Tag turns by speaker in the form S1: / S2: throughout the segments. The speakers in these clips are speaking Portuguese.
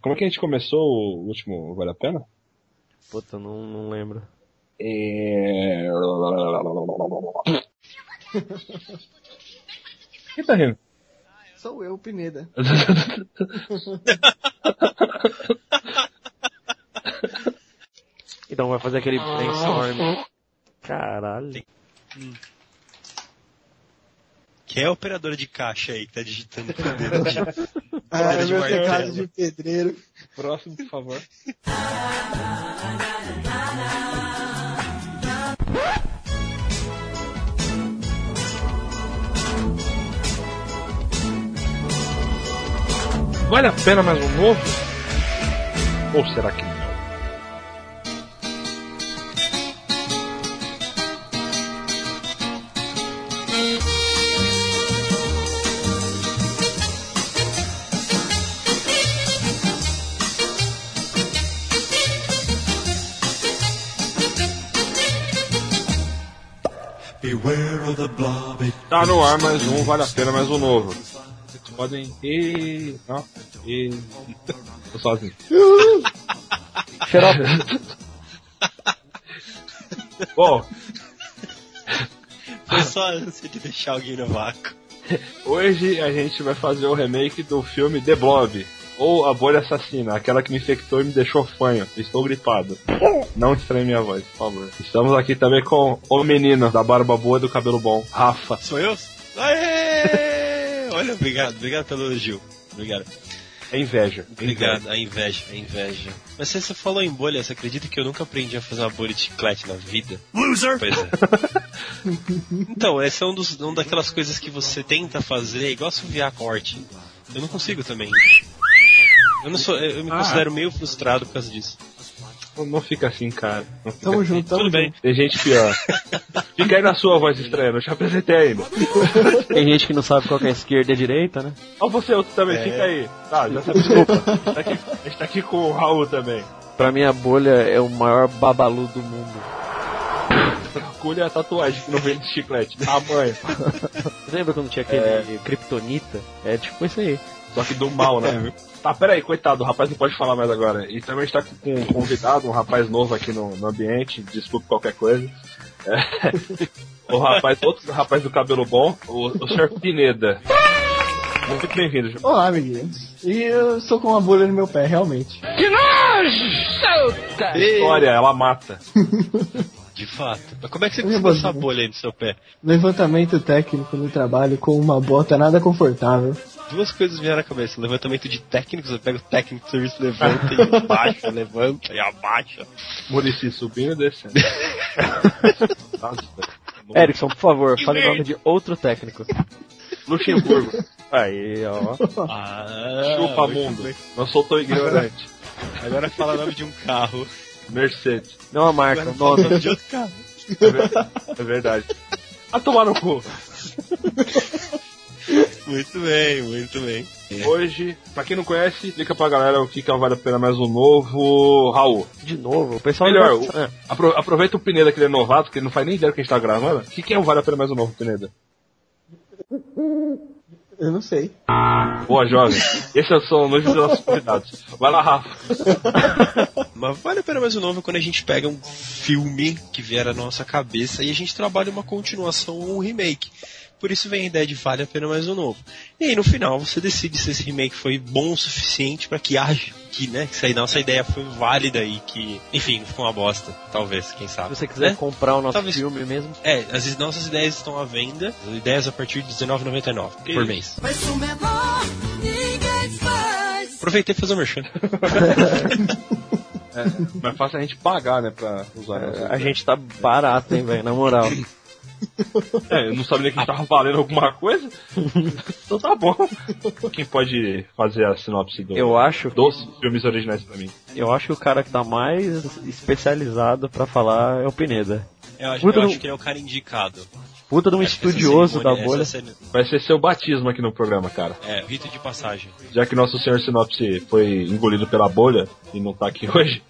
S1: Como é que a gente começou o último Vale a Pena?
S2: Puta, não, não lembro.
S1: É... Quem tá rindo?
S3: Sou eu, Pineda.
S2: Então vai fazer aquele brainstorm. Caralho.
S4: Que é a operadora de caixa aí que tá digitando com o dedo.
S3: Ah,
S4: Era de
S3: meu
S4: martelo.
S3: teclado de pedreiro.
S1: Próximo, por favor. Vale a pena mais um novo? Ou será que não?
S5: Beware of the blob, it
S1: Tá no ar mais um, vale a pena mais um novo. Vocês podem ir. Não, e. Tô sozinho.
S2: Xerox.
S1: Bom,
S4: Foi só ânsia de deixar alguém no vácuo.
S1: Hoje a gente vai fazer o remake do filme The Blob, ou A Bolha Assassina, aquela que me infectou e me deixou fanho. Estou gripado. Não estranhe minha voz, por favor. Estamos aqui também com o menino da barba boa e do cabelo bom, Rafa.
S4: Sou eu? Aê! Olha, obrigado, obrigado pelo elogio. Obrigado.
S1: É inveja.
S4: Obrigado, a inveja, a inveja. Mas se você falou em bolha, você acredita que eu nunca aprendi a fazer uma bolha de chiclete na vida? Loser! Pois é. então, essa é um dos, uma daquelas coisas que você tenta fazer, é igual suviar corte. Eu não consigo também. Eu, não sou, eu eu me considero meio frustrado por causa disso.
S1: Não, não fica assim, cara. Não fica
S3: Tamo
S1: assim.
S3: junto, tamo
S4: Tudo bem.
S1: Tem gente pior. Fica aí na sua voz estranha, não te apresentei ainda.
S2: Tem gente que não sabe qual que é a esquerda e a direita, né?
S1: Ó você outro também,
S4: É.
S1: fica aí. Tá, já sabe. Desculpa. Tá aqui- a gente tá aqui com o Raul também.
S2: Pra mim a bolha é o maior babalu do mundo.
S1: Culha é a tatuagem que não vem de chiclete. A mãe.
S2: Lembra quando tinha aquele Kryptonita? É tipo isso aí.
S1: Só que do mal, né? Tá, peraí, coitado, o rapaz não pode falar mais agora. E também está com um convidado, um rapaz novo aqui no, no ambiente, desculpe qualquer coisa. É. O rapaz, outro rapaz do cabelo bom, o, o Sr. Pineda. Muito bem-vindo, Sr.
S3: Olá, amiguinhos. E eu sou com uma bolha no meu pé, realmente.
S1: Vitória, ela mata.
S4: De fato. Mas como é que você
S3: Minha
S4: conseguiu essa
S3: bolha.
S4: bolha aí no seu pé?
S3: Levantamento técnico no trabalho com uma bota nada confortável.
S4: Duas coisas vieram à cabeça. Levantamento de técnicos, eu pego o técnico do serviço, levanta e abaixa, levanta e abaixa.
S1: Murici subindo e descendo. Nossa,
S2: Erickson, por favor, fale o nome de outro técnico.
S1: Luxemburgo,
S2: Aí, ó.
S4: Ah,
S1: chupa
S4: muito
S1: mundo.
S4: bem.
S1: Não sou tão ignorante.
S4: Agora fala o nome de um carro.
S1: Mercedes,
S2: Não a marca,
S4: Agora
S2: o
S4: fala o nome
S2: nome.
S4: de outro carro.
S1: é ver- é verdade. A tomar no cu.
S4: Muito bem, muito bem.
S1: Hoje, pra quem não conhece, explica pra galera o que, que é o Vale a Pena Mais Um Novo. Raul,
S2: De novo, o pessoal
S1: Melhor,
S2: não gosta, né?
S1: apro- aproveita o Pineda que ele é novato, que ele não faz nem ideia do que a gente tá gravando. O que, que é o Vale a Pena Mais Um Novo, Pineda?
S3: Eu não sei.
S1: Boa, jovem. Esse é o som novo dos nossos convidados. Vai lá, Rafa.
S4: Mas vale a pena mais um novo quando a gente pega um filme que vier à nossa cabeça e a gente trabalha uma continuação ou um remake. Por isso vem a ideia de vale a pena mais um novo. E aí no final você decide se esse remake foi bom o suficiente pra que haja, que, né, que essa nossa ideia foi válida e que, enfim, não ficou uma bosta, talvez, quem
S2: Se
S4: sabe.
S2: você quiser
S4: né?
S2: comprar o nosso
S4: Talvez-
S2: filme mesmo,
S4: É, as nossas ideias estão à venda, ideias a partir de R$19,99 por mês.
S6: Perfume é bom, ninguém faz.
S4: Aproveitei pra fazer o merchan.
S1: Mas é fácil a gente pagar, né, pra usar. nossa-
S2: a gente tá barato, hein, velho, na moral.
S1: É, eu não sabia que a gente tava valendo alguma coisa. então tá bom. Quem pode fazer a sinopse do,
S2: Eu acho,
S1: dos filmes originais pra mim?
S2: eu acho que o cara que tá mais especializado pra falar é o Pineda.
S4: Eu acho,
S2: Puta
S4: eu
S2: do-
S4: acho que ele é o cara indicado.
S2: Puta de um
S4: Acho que essa
S2: estudioso da
S4: cerimônia-
S2: bolha.
S4: essa cere-
S1: Vai ser seu batismo aqui no programa, cara.
S4: É, rito de passagem.
S1: já que nosso senhor sinopse foi engolido pela bolha e não tá aqui hoje,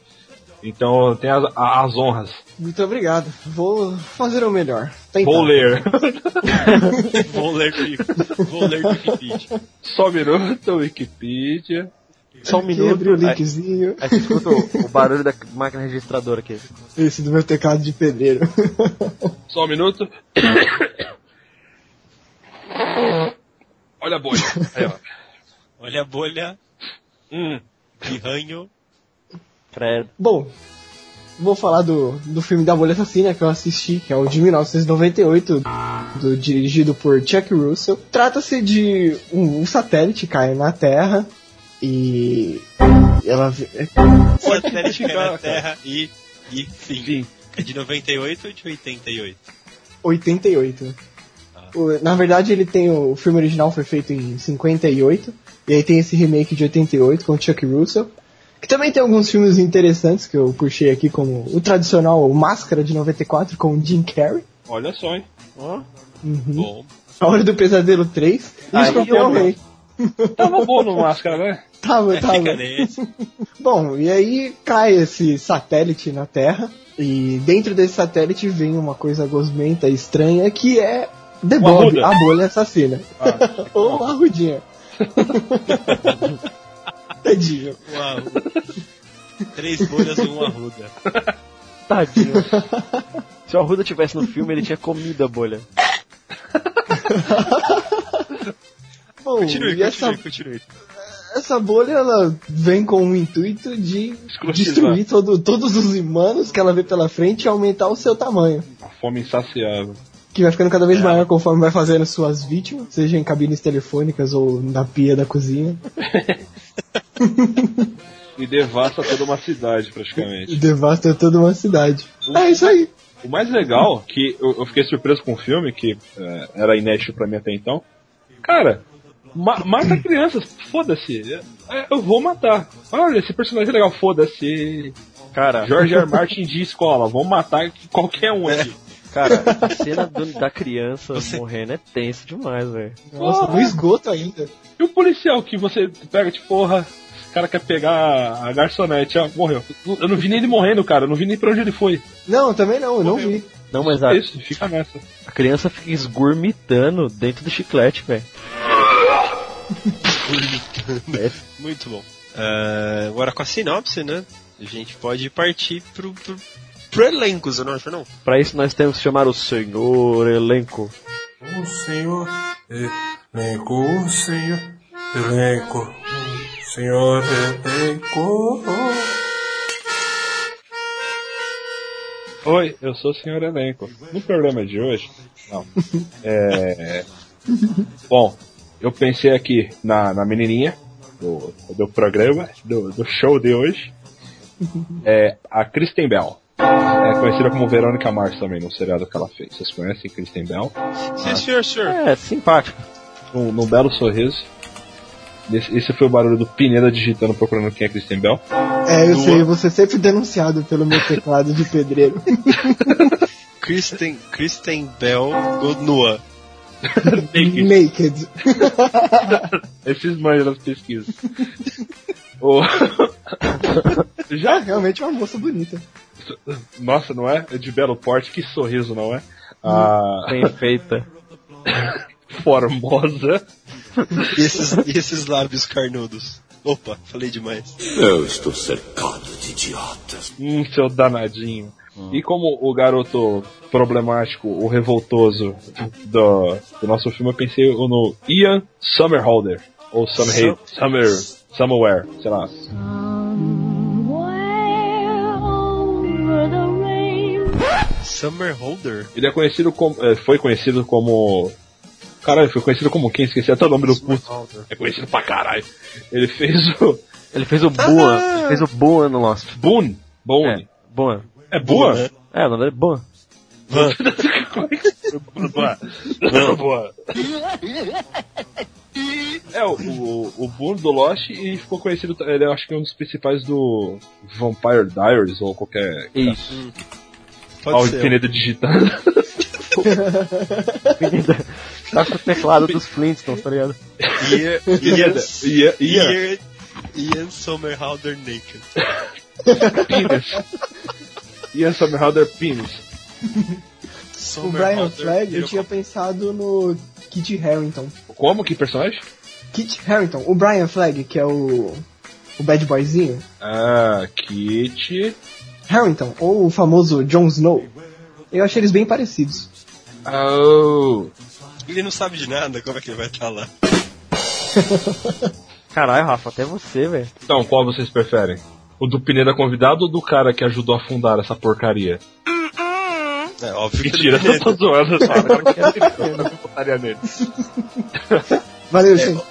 S1: então tem as, a- as honras.
S3: Muito obrigado. Vou fazer o melhor. Tentar.
S1: Vou ler.
S4: Vou ler, Wikipedia. vou ler Wikipedia.
S1: Só um minuto, Wikipedia.
S2: Só um
S3: Que
S2: minuto.
S3: abriu o
S2: aí-
S3: linkzinho.
S2: Aí você escuta o, o barulho da máquina registradora aqui.
S3: Esse do meu teclado de pedreiro.
S1: Só um minuto. Olha a bolha. Aí, ó.
S4: Olha a bolha,
S1: Hum.
S4: pirranho.
S2: Credo.
S3: Bom, vou falar do, do filme da Bolha Assassina que eu assisti, que é o de 1998, do, dirigido por Chuck Russell. Trata-se de um, um satélite cai na Terra e ela vi- é
S4: Satélite cai na
S3: cara.
S4: Terra e, e fim. É de 98 ou de 88?
S3: 88. O- Na verdade, ele tem o, o filme original foi feito em 58 e aí tem esse remake de 88 com o Chuck Russell. Que também tem alguns filmes interessantes que eu puxei aqui, como o tradicional Máscara de 94 com o Jim Carrey.
S1: Olha só, hein?
S3: Uhum.
S4: Bom,
S3: A Hora do Pesadelo 3 e o
S2: Aí,
S3: Escorpião
S2: eu-
S3: Rei. Tá
S1: Tava boa no máscara, né?
S3: Tava,
S4: fica
S3: tava.
S4: nesse.
S3: Bom, e aí cai esse satélite na Terra. E dentro desse satélite vem uma coisa gosmenta e estranha que é The
S1: Uma
S3: Bob,
S1: ruda.
S3: a bolha assassina. Ou a Rudinha. Tadinho.
S4: Um arruda. Três bolhas, um arruda.
S2: Tadinho. Se o Arruda tivesse no filme, ele tinha comido a bolha.
S3: Bom,
S4: Continue,
S3: e essa,
S4: continue, continue.
S3: essa bolha ela vem com o intuito de
S1: Escrotizar.
S3: destruir todo- todos os imanos que ela vê pela frente e aumentar o seu tamanho.
S1: A fome insaciável.
S3: que vai ficando cada vez maior conforme vai fazendo suas vítimas, seja em cabines telefônicas ou na pia da cozinha,
S1: E devasta toda uma cidade,
S3: e
S1: praticamente.
S3: devasta toda uma cidade. É isso aí.
S1: O mais legal, que eu, eu fiquei surpreso com o filme, que eh, era inédito pra mim até então. Cara, ma- mata crianças, foda-se. É, Eu vou matar. Olha, esse personagem é legal, foda-se.
S2: Cara,
S1: George R. R. Martin de escola, vamos matar qualquer um aqui.
S2: cara, a cena do- da criança morrendo é tenso demais, velho.
S3: Nossa, no esgoto ainda.
S1: E o policial que você pega, tipo, porra, o cara quer pegar a garçonete, ó, morreu. Eu não vi nem ele morrendo, cara, eu não vi nem pra onde ele foi.
S3: Não, também não, eu não vi.
S2: Não, mas a,
S1: É isso, fica nessa.
S2: a criança fica esgurmitando dentro do chiclete, velho.
S4: Muito bom. Ah, agora com a sinopse, né? A gente pode partir pro, pro, pro elenco, você não acha, não?
S2: Pra isso nós temos que chamar o senhor elenco.
S5: O senhor elenco, o senhor elenco, senhor é elenco.
S1: Oi, eu sou o senhor elenco. No programa de hoje, não. É. Bom, eu pensei aqui na, na menininha do, do programa, do, do show de hoje. É a Kristen Bell. É conhecida como Verônica Mars também, no seriado que ela fez. Vocês conhecem Kristen Bell?
S4: Sim, senhor, senhor.
S2: É, simpático.
S1: num, num belo sorriso. Esse, esse foi o barulho do Pineda digitando procurando quem é Kristen Bell.
S3: É, eu sei, você sempre denunciado pelo meu teclado de pedreiro.
S4: Kristen, Kristen Bell Godnua.
S3: Naked.
S1: Esses manjos das pesquisas. Ô.
S3: Ah,
S1: Já?
S3: realmente é uma moça bonita.
S1: Nossa, não é? É de belo porte, que sorriso, não é? A
S2: Bem feita.
S1: formosa.
S4: E esses, e esses lábios carnudos. Opa, falei demais.
S5: Eu estou cercado de idiotas.
S1: Hum, seu danadinho. E como o garoto problemático, o revoltoso do, do nosso filme, eu pensei no Ian Somerhalder. Ou Summer, Summer, Somewhere, sei lá.
S6: over the rainbow.
S4: Summer Holder?
S1: Ele é conhecido como. eh, Foi conhecido como. Caralho, foi conhecido como quem? Esqueci até o nome do puto. É conhecido pra caralho. Ele fez o.
S2: Ele fez o Boa. Ele fez o Boa no Lost.
S1: Boone. Boone.
S2: É, Boa.
S1: É, Boa?
S2: É, o nome dele é Boa.
S1: Boa. Boa. É, o, o, o Boone do Lost e ficou conhecido. t- Ele é, acho que é um dos principais do Vampire Diaries ou qualquer.
S2: Isso.
S1: Olha
S4: Pode
S1: o
S4: ser.
S1: Pineda digitando.
S2: Tá com o teclado dos Flintstones, tá ligado?
S4: Ian,
S1: Pineda. Ian. Ian.
S4: Ian, Ian Summer Holder Naked.
S1: Penis. Ian Somerhalder Penis.
S3: O
S4: Summer
S3: Brian
S4: Holder
S3: Flagg, é? eu
S4: Beautiful.
S3: tinha pensado no Kit Harington.
S1: Como? Que personagem?
S3: Kit Harington, o Brian Flagg, que é o. o bad boyzinho?
S1: Ah, Kit.
S3: Harrington, ou o famoso Jon Snow. Eu achei eles bem parecidos.
S1: Oh.
S4: Ele não sabe de nada, como é que ele vai estar lá?
S2: Caralho, Rafa, até você, velho.
S1: Então, qual vocês preferem? O do Pineda convidado ou do cara que ajudou a fundar essa porcaria?
S4: É óbvio que
S1: Mentira,
S4: ele-
S1: eu tô zoando só. Agora que eu quero ver, eu não votaria nele.
S3: Valeu, gente.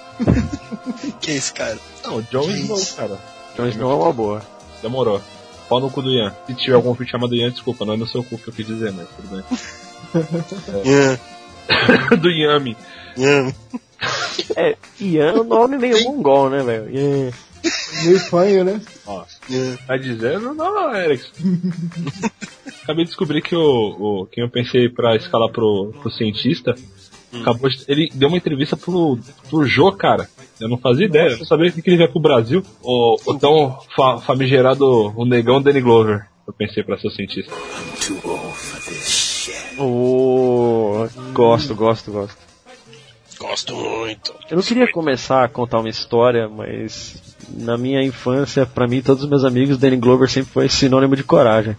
S4: que é esse cara?
S1: Não, John Snow, cara.
S2: Jon Snow é uma boa.
S1: Demorou. Pau no cu do Ian. Se tiver algum filho chamado Ian, desculpa, não é no seu cu que eu quis dizer, mas tudo bem. É.
S4: Nham,
S1: do Yami.
S4: nham.
S2: É, Ian é um nome meio mongol, né, velho? Ian.
S3: Meio espanho, né?
S4: nham.
S1: Tá dizendo? Não, Eric. Acabei de descobrir que o, o- quem eu pensei pra escalar pro, pro cientista, acabou de- ele deu uma entrevista pro, pro Jô, cara. Eu não fazia ideia, eu não sabia que ele ia pro Brasil. O, o tão fa- famigerado, o negão Danny Glover. Eu pensei pra ser o cientista.
S5: Too old for this shit.
S2: Oh, gosto, gosto, gosto.
S4: Gosto muito.
S2: Eu não queria começar a contar uma história, mas na minha infância, pra mim, todos os meus amigos, Danny Glover sempre foi sinônimo de coragem.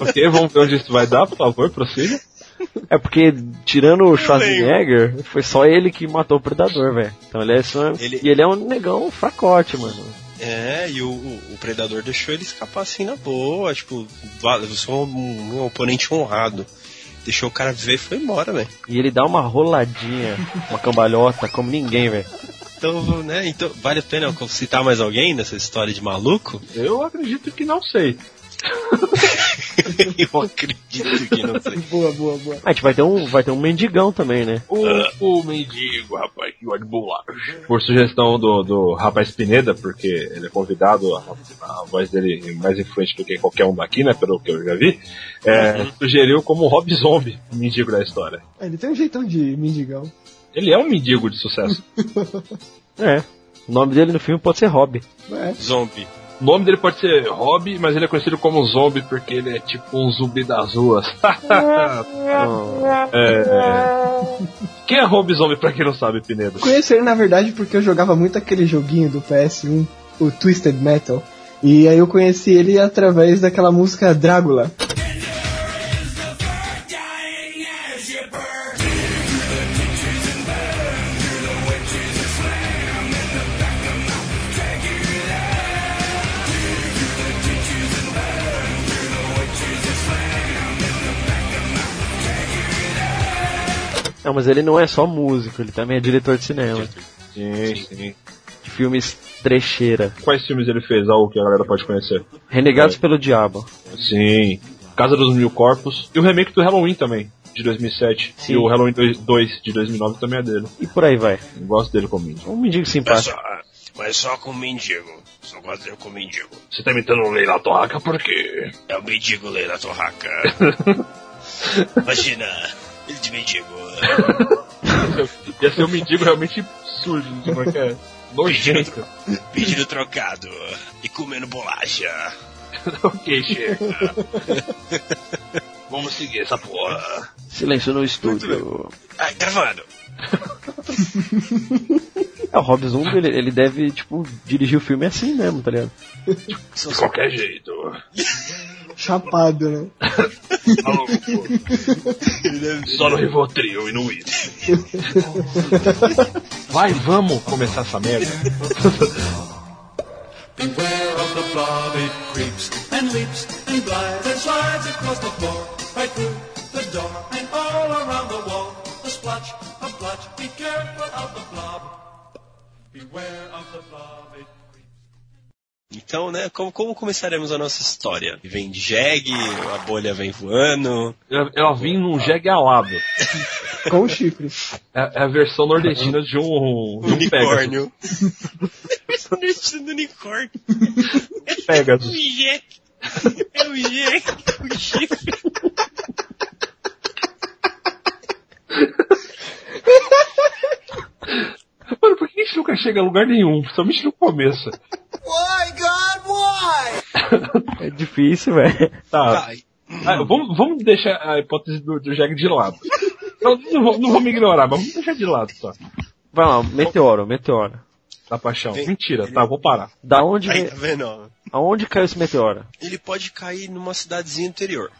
S1: Ok, vamos ver onde isso vai dar, por favor, prossiga.
S2: É porque, tirando o Schwarzenegger, foi só ele que matou o Predador, velho. Então ele é só...
S4: Ele-
S2: E ele é um negão fracote, mano.
S4: É, e o, o- o predador deixou ele escapar assim na boa, tipo, va- eu sou um, um oponente honrado. Deixou o cara viver e foi embora, velho.
S2: E ele dá uma roladinha, uma cambalhota, como ninguém, velho.
S4: Então, né, então, vale a pena eu citar mais alguém nessa história de maluco?
S1: Eu acredito que não sei.
S4: eu acredito que não sei.
S3: Boa, boa, boa.
S2: A gente vai ter um, vai ter um mendigão também, né?
S1: O, o mendigo, rapaz, que gosta de bolacha. Ah. Por sugestão do, do rapaz Pineda, porque ele é convidado, a, a voz dele é mais influente do que qualquer um daqui, né? Pelo que eu já vi. é, Sugeriu como o Rob Zombie, o mendigo da história.
S3: Ah, Ele tem um jeitão de mendigão.
S1: Ele é um mendigo de sucesso.
S2: É. O nome dele no filme pode ser Rob.
S3: É.
S4: Zombie.
S1: O nome dele pode ser Rob, mas ele é conhecido como Zombie porque ele é tipo um zumbi das ruas. É. Quem é Rob Zombie pra quem não sabe, Pineda?
S3: Conheço ele, na verdade, porque eu jogava muito aquele joguinho do PS1, o Twisted Metal. E aí eu conheci ele através daquela música Drácula.
S2: Não, mas ele não é só músico, ele também é diretor de cinema.
S1: Sim, sim.
S2: De filmes trecheira.
S1: Quais filmes ele fez? Algo que a galera pode conhecer?
S2: Renegados pelo Diabo.
S1: Sim. Casa dos Mil Corpos. E o remake do Halloween também, de 2007.
S2: Sim.
S1: E o Halloween 2, 2 de 2009 também é dele.
S2: E por aí vai.
S1: Eu gosto dele como índio.
S2: Um mendigo simpático.
S4: mas só com mendigo. Só gosto de com mendigo.
S1: Você tá imitando o Leila Torraca por quê?
S4: É o mendigo lá na torraca. Imagina, ele de mendigo.
S1: Ia ser um mendigo realmente sujo, de uma que é nojento.
S4: Pedindo trocado e comendo bolacha.
S1: ok, chega. Vamos seguir essa porra.
S2: Silêncio no estúdio.
S4: Ah, gravando.
S2: É, o Rob Zombie, ele, ele deve, tipo, dirigir o filme assim mesmo, tá ligado?
S1: De qualquer jeito.
S3: Chapado, né?
S1: Só no Rivotril e no Wii. Vai, vamos começar essa merda.
S7: Beware of the blob, it creeps and leaps and glides and slides across the floor, right through the door and all around the wall. A splotch, a blotch, be careful of the blob. Beware of the blob, it
S4: Então, né, como, como começaremos a nossa história? Vem de jegue, a bolha vem voando.
S1: Ela, ela vem num jegue alado.
S3: Com chifre.
S1: É, é a versão nordestina de um, de um Pegasus.
S4: Unicórnio. Isso do unicórnio. um
S1: Pegasus.
S4: jegue. É o jegue. O jegue.
S1: Mano, por que a gente nunca chega a lugar nenhum? Somente no começo.
S6: Why, God, why?
S2: É difícil, velho.
S1: Tá.
S4: Tá,
S1: Ah, vamos, vamos deixar a hipótese do, do jegue de lado. Não, não, vou- não vamos ignorar, mas vamos deixar de lado só.
S2: Vai lá, meteoro, meteoro.
S1: da paixão.
S4: Tem-
S1: Mentira, tá, vou parar.
S2: Da onde,
S4: Aí,
S2: vem-
S4: tá vendo? ó?
S2: aonde caiu esse meteoro?
S4: Ele pode cair numa cidadezinha interior.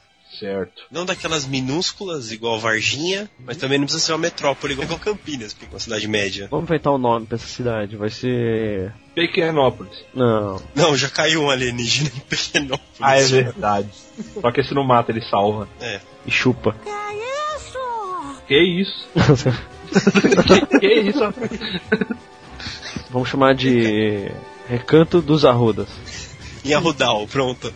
S1: Certo.
S4: Não daquelas minúsculas, igual Varginha, mas também não precisa ser uma metrópole igual, igual Campinas, porque é uma cidade média.
S2: Vamos inventar um nome pra essa cidade. Vai ser.
S1: Pequenópolis.
S2: Não.
S4: Não, já caiu um alienígena em Pequenópolis.
S1: Ah, é verdade. Só que esse não mata, ele salva.
S4: É.
S2: E chupa.
S6: Que é isso?
S1: Que isso? Que isso?
S2: Vamos chamar de. Recanto dos Arrudas.
S4: Em Arrudal, pronto.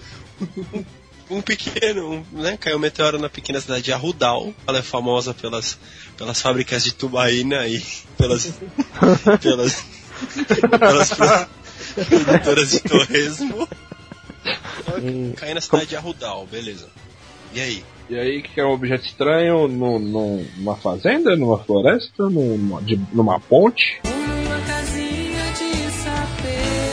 S4: Um pequeno, um, né? Caiu um meteoro na pequena cidade de Arrudal. Ela é famosa pelas, pelas fábricas de tubaína e pelas. pelas. pelas pro- produtoras de torresmo. Caiu na cidade de Arrudal, beleza. E aí?
S1: E aí, o que é um objeto estranho num- num- numa fazenda, numa floresta, numa, de- numa ponte?
S6: Uma casinha de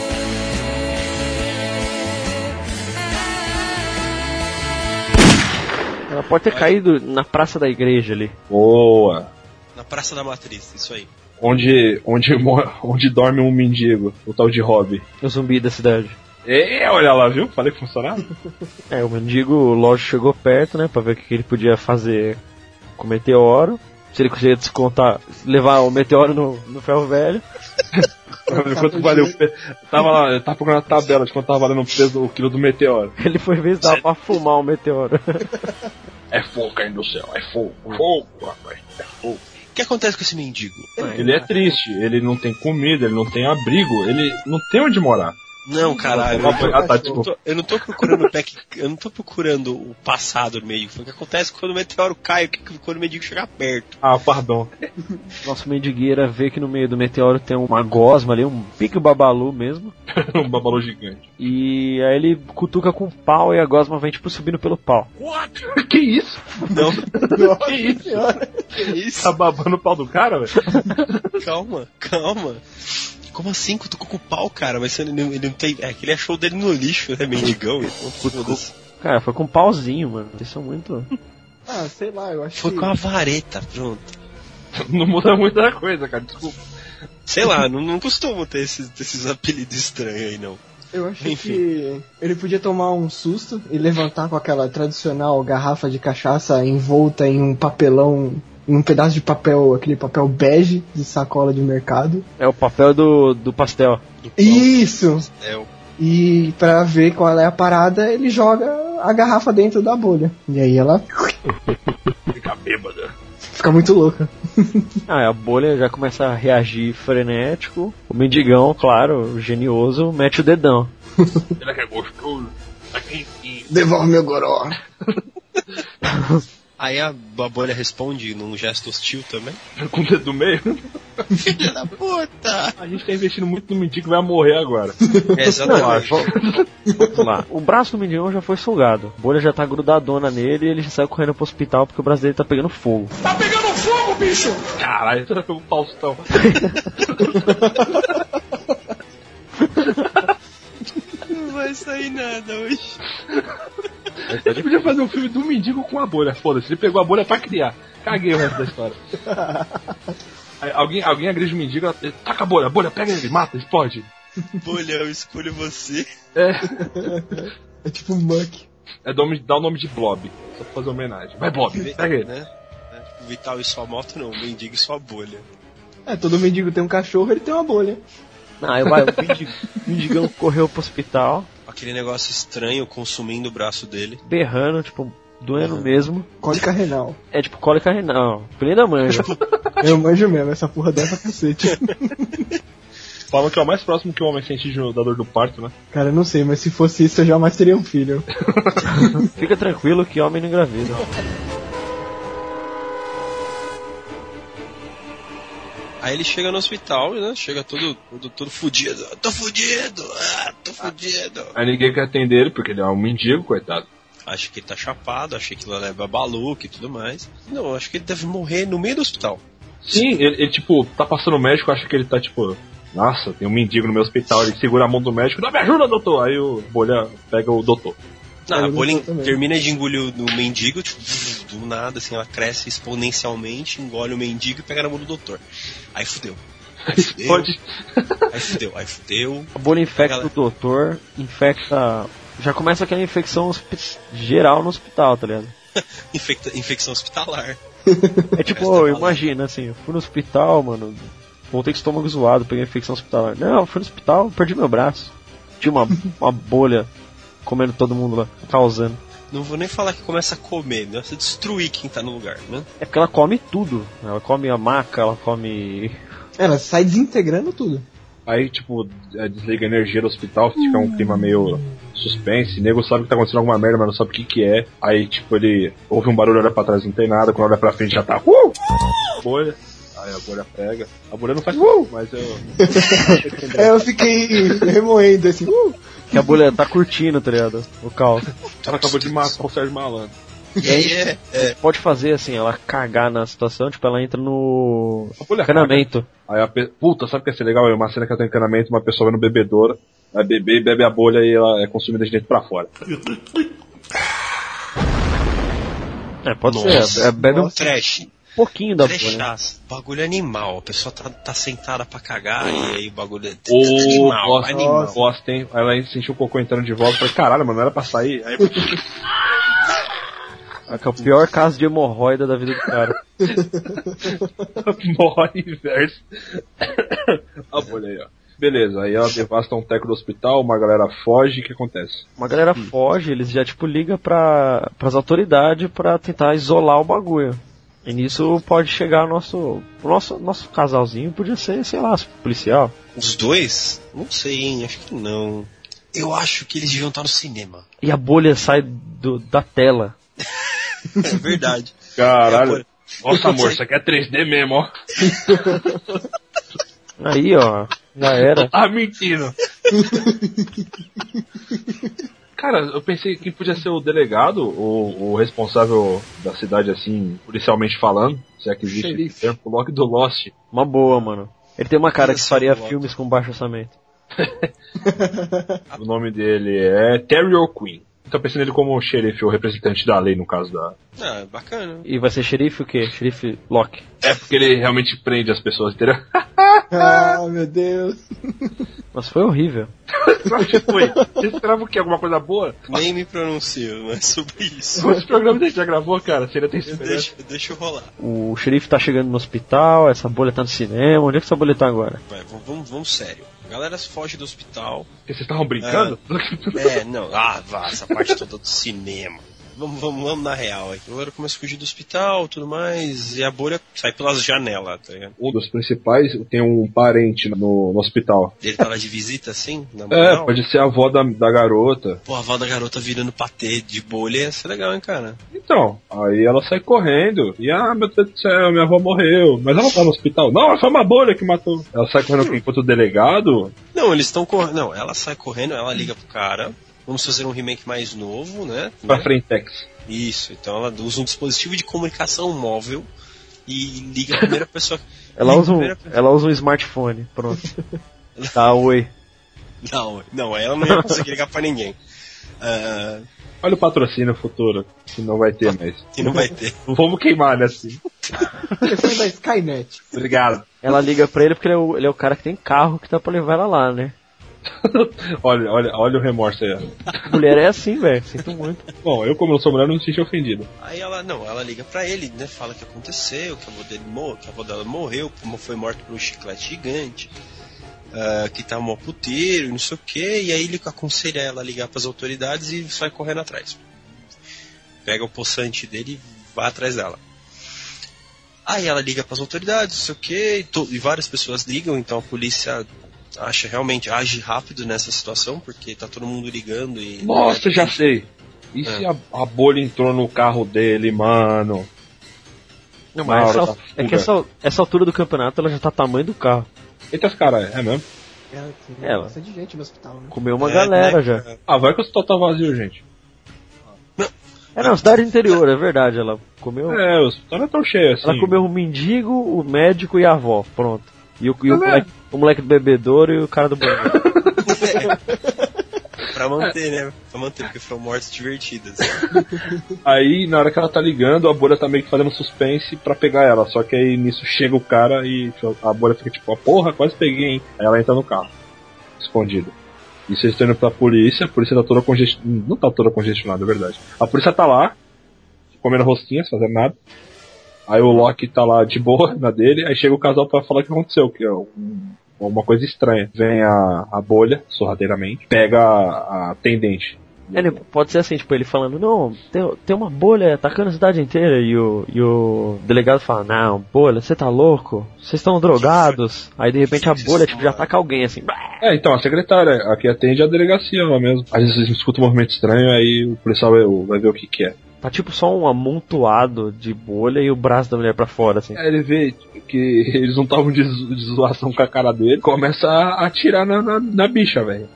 S6: É. sapê.
S2: Ela pode ter caído na praça da igreja ali.
S1: Boa!
S4: Na Praça da Matriz, isso aí.
S1: Onde, onde, mo- onde dorme um mendigo, o tal de Hobby.
S2: O zumbi da cidade.
S1: É, olha lá, viu? Falei que funcionava.
S2: É, o mendigo, o Lodge chegou perto, né, pra ver o que que ele podia fazer com o meteoro. Se ele conseguia descontar, levar o meteoro no, no ferro velho.
S1: Quanto valeu o peso? Tava lá, eu tava procurando a tabela de quanto tava valendo o peso, o quilo do meteoro.
S2: Ele foi ver se dava pra fumar o meteoro.
S1: É fogo caindo do céu, é fogo, fogo, rapaz, é fogo.
S4: O que acontece com esse mendigo?
S1: Ele é triste, ele não tem comida, ele não tem abrigo, ele não tem onde morar.
S4: Não, caralho.
S1: Não,
S4: Eu,
S1: ah, tá,
S4: não
S1: desculpa.
S4: tô- eu não tô procurando o pack, eu não tô procurando o passado do mendigo. Foi O que acontece quando o meteoro cai, o que- quando o mendigo chega perto.
S1: Ah, pardon.
S2: Nosso mendigueira vê que no meio do meteoro tem uma gosma ali, um pique babalu mesmo.
S1: um babalô gigante.
S2: E aí ele cutuca com o pau e a gosma vem tipo subindo pelo pau.
S1: Que isso?
S4: Não,
S1: Que isso?
S4: que isso?
S1: Tá babando o pau do cara, velho?
S4: Calma, calma. Como assim? Cutucou com o pau, cara? Mas ele não, ele não tem. É que ele achou o dele no lixo, né? Mendigão. Então, foda-se.
S2: Cara, foi com um pauzinho, mano. Vocês são muito.
S3: Ah, sei lá, eu acho
S4: Foi
S3: que.
S4: com a vareta, pronto.
S1: Não muda muita coisa, cara, desculpa.
S4: Sei lá, não, não costumo ter esses, esses apelidos estranhos aí, não.
S3: Eu acho
S4: Enfim.
S3: que ele podia tomar um susto e levantar com aquela tradicional garrafa de cachaça envolta em um papelão, em um pedaço de papel, aquele papel bege de sacola de mercado.
S2: É o papel do, do pastel.
S4: Do pau,
S3: Isso!
S4: é, o-
S3: E pra ver qual é a parada, ele joga a garrafa dentro da bolha. E aí ela
S1: Fica bêbado.
S3: fica muito louca.
S2: Ah, a bolha já começa a reagir frenético. O mendigão, claro, genioso, mete o dedão.
S1: Será que é gostoso? Tá quentinho.
S3: Devolve meu goró.
S4: Aí a babolha responde num gesto hostil também.
S1: Com o dedo do meio?
S4: Filha da puta!
S1: A gente tá investindo muito no mendigo que vai morrer agora.
S4: É, exatamente.
S2: Vamos lá. O braço do mendigão já foi sugado. A bolha já tá grudadona nele e ele já saiu correndo pro hospital porque o braço dele tá pegando fogo.
S1: Caralho, será que é um Faustão?
S4: Não vai sair nada hoje.
S1: Ele podia fazer um filme do mendigo com a bolha, foda-se. Ele pegou a bolha pra criar. Caguei o resto da história. Aí, alguém, alguém agride o mendigo, ele taca a bolha, a bolha, pega ele, mata, explode.
S4: Bolha, eu escolho você.
S3: É tipo um muck.
S1: É nome, dá o nome de Blob. Só pra fazer homenagem. Vai, Blob, pega ele.
S4: Né? Né? Vital e sua moto não, mendigo e sua bolha.
S3: É, todo mendigo tem um cachorro, ele tem uma bolha.
S2: Ah, aí vai, o mendigão, o mendigão correu pro hospital,
S4: Aquele negócio estranho consumindo o braço dele.
S2: berrando, tipo, doendo mesmo.
S3: Cólica renal.
S2: É tipo cólica renal, plena manja.
S3: Eu manjo mesmo, essa porra dessa cacete.
S1: Falam que é o mais próximo que o homem sente de um dador do parto, né?
S3: Cara, eu não sei, mas se fosse isso, eu jamais teria um filho.
S2: Fica tranquilo que homem não engravida.
S4: Aí ele chega no hospital, né? Chega todo, todo, todo fudido. Eu Tô fudido! Ah, tô fudido!
S1: Aí ninguém quer atender ele, porque ele é um mendigo, coitado.
S4: Acho que ele tá chapado, acho que ele leva baluca e tudo mais. Não, acho que ele deve morrer no meio do hospital.
S1: Sim, ele, ele, tipo, tá passando o médico, acha que ele tá, tipo... Nossa, tem um mendigo no meu hospital, ele segura a mão do médico, não me ajuda, doutor! Aí o bolha pega o doutor.
S4: Não,
S3: É,
S4: a
S3: eu
S4: bolha
S3: não sei também.
S4: termina de engolir o- o mendigo, tipo, do nada, assim, ela cresce exponencialmente, engole o mendigo e pega na mão do doutor. Aí fudeu. Aí fudeu,
S1: Pode.
S4: aí fudeu, aí fudeu.
S2: A bolha infecta
S4: Galera.
S2: o doutor, infecta. Já começa aquela infecção hospi- geral no hospital, tá ligado?
S4: Infecta- infecção hospitalar.
S2: É tipo,
S4: Essa
S2: ó,
S4: bala.
S2: imagina assim, eu fui no hospital, mano, voltei com o estômago zoado, peguei infecção hospitalar. Não, eu fui no hospital, perdi meu braço. Tinha uma, uma bolha comendo todo mundo lá, causando.
S4: Não vou nem falar que começa a comer, começa a destruir quem tá no lugar, né?
S2: É porque ela come tudo. né? Ela come a maca, ela come.
S3: Ela sai desintegrando tudo.
S1: Aí, tipo, é, desliga a energia do hospital, fica um clima meio suspense. O nego sabe que tá acontecendo alguma merda, mas não sabe o que que é. Aí, tipo, ele ouve um barulho, olha pra trás, não tem nada. Quando olha pra frente, já tá... Uh! Bolha. Aí a bolha pega. A bolha não faz... Uh! Mas eu...
S3: É, eu fiquei remoendo assim. Uh,
S2: Que a bolha tá curtindo, tá ligado? O caos.
S1: Ela acabou de matar o Sérgio Malandro.
S4: E aí é, é,
S2: Pode fazer assim, ela cagar na situação, tipo, ela entra no.
S1: A bolha
S2: Encanamento.
S1: Aí a pe... Puta, sabe o que ia ser legal? É uma cena que ela tem encanamento, uma pessoa vai no bebedouro, vai beber, bebe a bolha e ela é consumida de dentro pra fora.
S2: É, pode
S4: Nossa.
S2: ser. É, bebe um
S4: trash. né?
S2: pouquinho da né? bolha.
S4: Trechaço. Bagulho é animal. A pessoa tá, tá sentada pra cagar e aí o bagulho é
S1: Ô,
S4: animal.
S1: bosta,
S4: animal.
S1: bosta, hein? Aí ela sentiu o cocô entrando de volta, falei, caralho, mano, não era pra sair. Aí
S2: É o pior caso de hemorroida da vida do cara.
S1: morre inverso. a bolha aí, ó. Beleza, aí ela devasta um teco do hospital, uma galera foge, o que acontece?
S2: Uma galera foge, eles já tipo liga para as autoridades pra tentar isolar o bagulho. E nisso pode chegar o nosso, o nosso nosso casalzinho, podia ser, sei lá, policial.
S4: Os dois? Não sei, hein? Acho que não. Eu acho que eles deviam estar no cinema.
S2: E a bolha sai do- da tela.
S4: É verdade.
S1: Caralho.
S4: Agora-
S1: Nossa, amor, isso aqui é 3D mesmo, ó.
S2: Aí, ó, já era.
S1: Ah, mentira. Cara, eu pensei que podia ser o delegado, o, o responsável da cidade, assim, policialmente falando, se é que existe esse termo, o Loki do Lost.
S2: Uma boa, mano. Ele tem uma cara que faria filmes com baixo orçamento.
S1: O nome dele é Terry O'Quinn. Então pensando nele como o xerife, ou representante da lei, no caso da...
S4: Ah, bacana.
S2: E vai ser xerife o quê? Xerife Locke.
S1: É porque ele realmente prende as pessoas, entendeu?
S3: ah, meu Deus.
S2: Mas foi horrível.
S1: Sabe o que foi? Você esperava o quê? Alguma coisa boa?
S4: Nem me pronuncio mas sobre isso.
S1: Quantos programas a gente já gravou, cara? Você ainda tem
S4: Eu
S1: esperança?
S4: deixo, eu deixo rolar.
S2: O xerife tá chegando no hospital, essa bolha tá no cinema. Onde é que essa bolha tá agora?
S4: Vai, vamos, vamos, vamos sério. A galera foge do hospital.
S1: Porque vocês estavam brincando?
S4: É, não. Ah, vá, essa parte toda do cinema. Vamos, vamos, vamos na real. Aí. A galera começa a fugir do hospital tudo mais. E a bolha sai pelas janelas, tá ligado?
S1: Um dos principais tem um parente no, no hospital.
S4: Ele tá lá de visita, assim, na
S1: É,
S4: moral.
S1: pode ser a avó da, da garota.
S4: Pô, a Val da garota virando patê de bolha, isso é legal, hein, cara?
S1: Então, aí ela sai correndo. E, ah, meu Deus do céu, minha avó morreu. Mas ela tá no hospital. Não, foi uma bolha que matou. Ela sai correndo enquanto o delegado...
S4: Não, eles estão correndo. Não, ela sai correndo, ela liga pro cara. Vamos fazer um remake mais novo, né?
S1: Pra Frentex.
S4: Isso, então ela usa um dispositivo de comunicação móvel e liga a primeira pessoa.
S2: Ela
S4: liga
S2: usa
S4: a
S2: um,
S4: primeira pessoa-
S2: ela usa um smartphone. Pronto. Tá, oi.
S4: Não, não, ela não ia conseguir ligar pra ninguém. Ah,
S1: Olha o patrocínio futuro, que não vai ter mais.
S4: que não vai ter.
S1: Vamos queimar, né, assim.
S3: Telefone da Skynet.
S1: Obrigado.
S2: Ela liga pra ele porque ele é, o, ele é o cara que tem carro que tá pra levar ela lá, né?
S1: olha, olha, olha o remorso aí. ó.
S2: Mulher é assim, velho. Sinto muito.
S1: Bom, eu como não sou mulher, não me senti ofendido.
S4: Aí ela, não, ela liga pra ele, né? Fala o que aconteceu, que a avó dele morreu, que a avó dela morreu, como foi morta por um chiclete gigante, ah, que tá mó puteiro, não sei o que, e aí ele aconselha ela a ligar pras autoridades e sai correndo atrás. Pega o poçante dele e vai atrás dela. Aí ela liga pras autoridades, não sei o que, e, to- e várias pessoas ligam, então a polícia acha realmente, age rápido nessa situação, porque tá todo mundo ligando e.
S1: Nossa, já sei. E se a, a bolha entrou no carro dele, mano?
S2: Não,
S1: mas
S2: mas
S1: essa-
S2: é que essa, essa altura do campeonato ela já tá tamanho do carro.
S1: Eita, as caras, é mesmo?
S3: Ela tem
S2: Ela.
S3: bastante gente no hospital, né?
S2: Comeu uma
S4: É,
S2: galera
S4: né,
S2: já.
S4: cara?
S1: Ah, vai que o hospital tá vazio, gente.
S2: É na cidade interior, é verdade. Ela comeu.
S1: É, o hospital não é tão cheio assim.
S2: Ela comeu o mendigo, o médico e a avó. Pronto. E o, e o
S1: Tá
S2: moleque, o moleque do bebedouro e o cara do banheiro.
S4: Pra manter, né? Pra manter, porque foram mortes divertidas.
S1: Aí, na hora que ela tá ligando, a bolha tá meio que fazendo suspense pra pegar ela. Só que aí nisso chega o cara e a bolha fica tipo, "Ah, porra, quase peguei, hein? Aí ela entra no carro, escondida. E vocês estão indo pra polícia, a polícia tá toda congestionada. Não tá toda congestionada, é verdade. A polícia tá lá, comendo rosquinhas, fazendo nada. Aí o Loki tá lá de boa na dele, aí chega o casal pra falar o que aconteceu, que é um- uma coisa estranha. Vem a, a bolha, sorrateiramente, pega a, a tendente.
S2: Ele pode ser assim, tipo, ele falando, não, tem, tem uma bolha atacando a cidade inteira, e o, e o delegado fala, não, bolha, você tá louco? Vocês estão drogados. Aí de repente a bolha, tipo, já ataca alguém assim. "Bah!"
S1: É, então, a secretária, aqui atende a delegacia lá mesmo. Às vezes a gente escuta um movimento estranho, aí o policial vai, vai ver o que que é.
S2: Tá tipo só um amontoado de bolha e o braço da mulher pra fora, assim.
S1: Aí ele vê que eles não estavam de, zo- de zoação com a cara dele, começa a atirar na, na, na bicha, velho.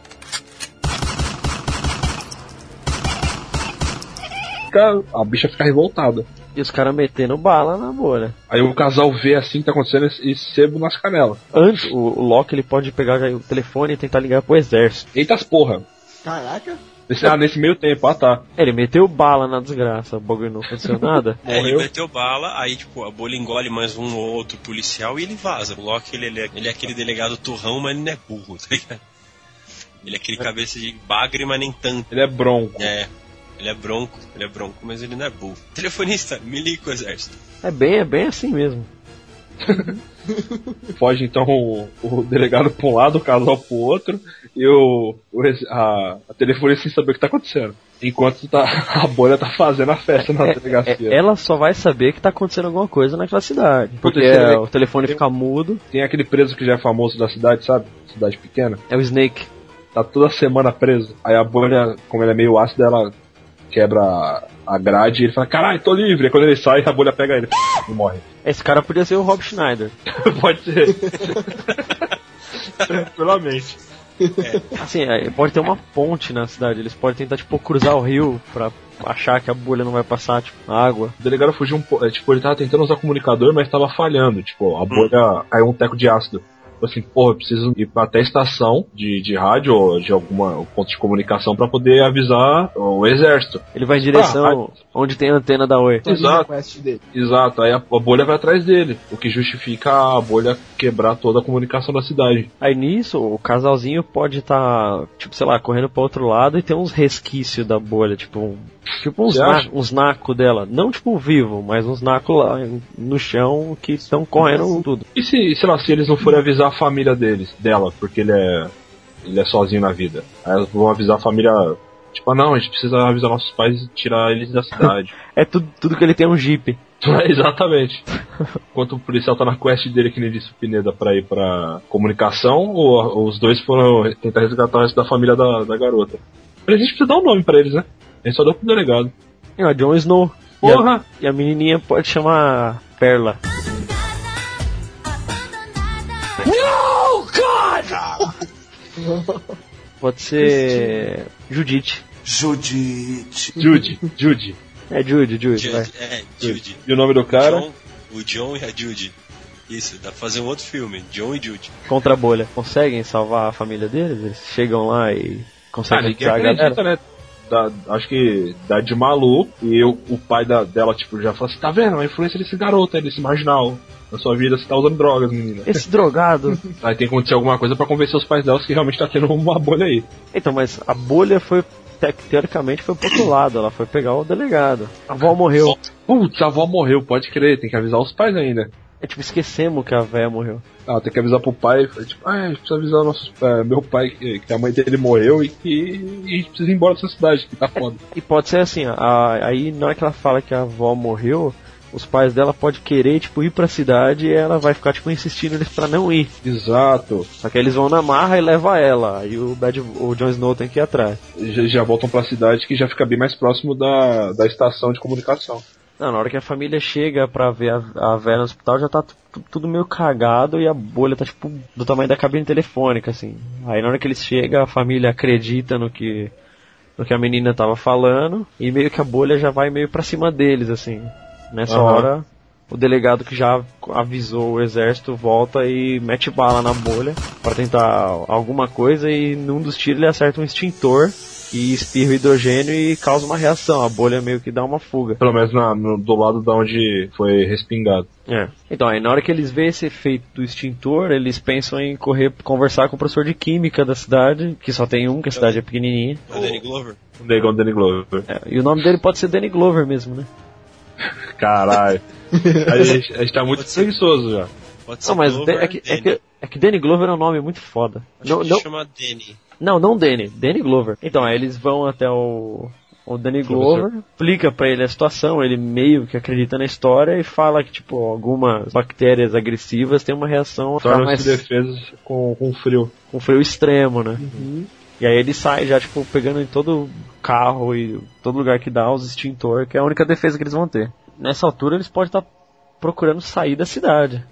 S1: Fica- A bicha fica revoltada.
S2: E os caras metendo bala na bolha.
S1: Aí o casal vê assim que tá acontecendo e e sebo nas canelas.
S2: Antes, o, o Loki ele pode pegar o telefone e tentar ligar pro exército.
S1: Eita as porra.
S3: Caraca.
S1: Nesse, ah, nesse meio tempo, ah tá.
S2: Ele meteu bala na desgraça, o bagulho não aconteceu nada.
S4: É, ele
S1: Morreu.
S4: meteu bala, aí tipo, a bolha engole mais um ou outro policial e ele vaza. O Loki, ele, ele é, ele é aquele delegado turrão, mas ele não é burro, tá ligado? Ele é aquele cabeça de bagre, mas nem tanto.
S1: Ele é bronco.
S4: É, ele é bronco, ele é bronco, mas ele não é burro. Telefonista, me liga com o exército.
S2: É bem, é bem assim mesmo.
S1: Foge então o, o delegado pra um lado, o casal pro outro, e o, o ex- a, a telefonia sem saber o que tá acontecendo. Enquanto tá, a bolha tá fazendo a festa na
S2: É-
S1: delegacia.
S2: é- ela só vai saber que tá acontecendo alguma coisa naquela cidade. Porque
S1: terceiro,
S2: é,
S1: né?
S2: o telefone fica mudo,
S1: Tem aquele preso que já é famoso da cidade, sabe? Cidade pequena.
S2: é o Snake.
S1: Tá toda semana preso. Aí a bolha, como ela é meio ácida, ela quebra a- a grade e ele fala, caralho, tô livre. Aí quando ele sai, a bolha pega ele e morre.
S2: Esse cara podia ser o Rob Schneider.
S1: Pode ser. Tranquilamente.
S2: Assim, é, pode ter uma ponte na cidade, eles podem tentar, tipo, cruzar o rio pra achar que a bolha não vai passar, tipo, na água.
S1: O delegado fugiu um pouco. Tipo, ele tava tentando usar comunicador, mas tava falhando. Tipo, a bolha caiu um teco de ácido. Falei assim, porra, eu preciso ir pra até a estação de, de rádio ou de algum ponto de comunicação pra poder avisar o exército.
S2: Ele vai em direção onde tem a antena da Oi.
S3: Todos os
S1: Exato.
S3: requests dele.
S1: Exato, aí a, a bolha vai atrás dele, o que justifica a bolha quebrar toda a comunicação da cidade.
S2: Aí nisso, o casalzinho pode estar, tipo, sei lá, correndo pro outro lado e tem uns resquícios da bolha, tipo, um, tipo uns,
S1: Você
S2: na,
S1: acha?
S2: uns nacos dela. Não, tipo, vivo, mas uns nacos lá em- no chão que estão correndo tudo.
S1: E se, sei lá, se eles não forem avisar a família deles, dela, porque ele é. ele é sozinho na vida. Aí elas vão avisar a família, tipo, ah não, a gente precisa avisar nossos pais e tirar eles da cidade.
S2: É tudo, tudo que ele tem é um jipe.
S1: É, Exatamente. Enquanto o policial tá na quest dele, que nem disse o Pineda, pra ir pra comunicação, o- os dois foram tentar resgatar o resto da família da, da garota. Mas a gente precisa dar um nome pra eles, né? A gente só deu pro delegado.
S2: É o Jon Snow. E a-
S1: Porra!
S2: E a, menininha pode chamar Perla. Pode ser Judite.
S5: Judite.
S1: Jude, Jude.
S2: É Jude, Jude, vai.
S4: Jude, é, Jude.
S1: E o nome do cara?
S4: John, o John e a Jude. Isso, dá pra fazer um outro filme, John e Jude.
S2: Contra a bolha. Conseguem salvar a família deles? Eles chegam lá e
S1: Ah,
S2: conseguem
S1: ninguém
S2: tirar a galera?
S1: acredita, né? Da- acho que dá de Malu e eu- o pai da- dela, tipo, já fala assim, tá vendo? A influência desse garoto, aí, desse marginal. Na sua vida você tá usando drogas, menina.
S2: Esse drogado.
S1: Aí tem que acontecer alguma coisa pra convencer os pais delas que realmente tá tendo uma bolha aí.
S2: Então, mas a bolha foi. te- Teoricamente foi pro outro lado, ela foi pegar o delegado. A avó morreu.
S1: Putz, a avó morreu, pode crer, tem que avisar os pais ainda.
S2: É tipo, esquecemos que a véia morreu.
S1: Ah, tem que avisar pro pai, tipo, ah, a gente precisa avisar nossos, é, meu pai que, que a mãe dele morreu e que e a gente precisa ir embora dessa cidade, que tá foda.
S2: E pode ser assim, a- aí na hora que ela fala que a avó morreu, os pais dela podem querer, tipo, ir pra cidade e ela vai ficar, tipo, insistindo eles pra não ir.
S1: Exato.
S2: Só que aí eles vão na marra e leva ela. Aí o, Bad, o Jon Snow tem que ir atrás.
S1: Já, já voltam pra cidade que já fica bem mais próximo da, da estação de comunicação.
S2: Não, na hora que a família chega pra ver a, a velha no hospital, já tá tu- tu- tudo meio cagado e a bolha tá tipo do tamanho da cabine telefônica, assim. Aí na hora que eles chegam, a família acredita no que no que a menina tava falando e meio que a bolha já vai meio pra cima deles, assim. Nessa
S1: Aham.
S2: hora, o delegado que já avisou o exército volta e mete bala na bolha para tentar alguma coisa e num dos tiros ele acerta um extintor e espirra o hidrogênio e causa uma reação. A bolha meio que dá uma fuga.
S1: Pelo menos na- no- do lado da onde foi respingado.
S2: É. Então, aí na hora que eles veem esse efeito do extintor, eles pensam em correr conversar com o professor de química da cidade, que só tem um, que a cidade é pequenininha.
S4: O Danny Glover.
S1: O Um Negão Danny Glover.
S2: É, e o nome dele pode ser Danny Glover mesmo, né?
S1: Caralho. a, gente, a gente tá muito preguiçoso já.
S4: Pode ser
S2: Não, mas
S4: Glover,
S2: Dan- é, que, é,
S4: Danny.
S2: que, é que Danny Glover é um nome muito foda.
S4: Acho
S2: Não,
S4: que
S2: não,
S4: chama Danny.
S2: não, não Danny, Danny Glover. Então, aí eles vão até o, o Danny Glover, explica pra ele a situação, ele meio que acredita na história e fala que, tipo, algumas bactérias agressivas têm uma reação a ficar
S1: Tornam-se
S2: mais
S1: defesas com, com frio.
S2: com frio Tipo, extremo, né? E aí ele sai já, tipo, pegando em todo carro e todo lugar que dá os extintor, que é a única defesa que eles vão ter. Nessa altura eles podem estar procurando sair da cidade.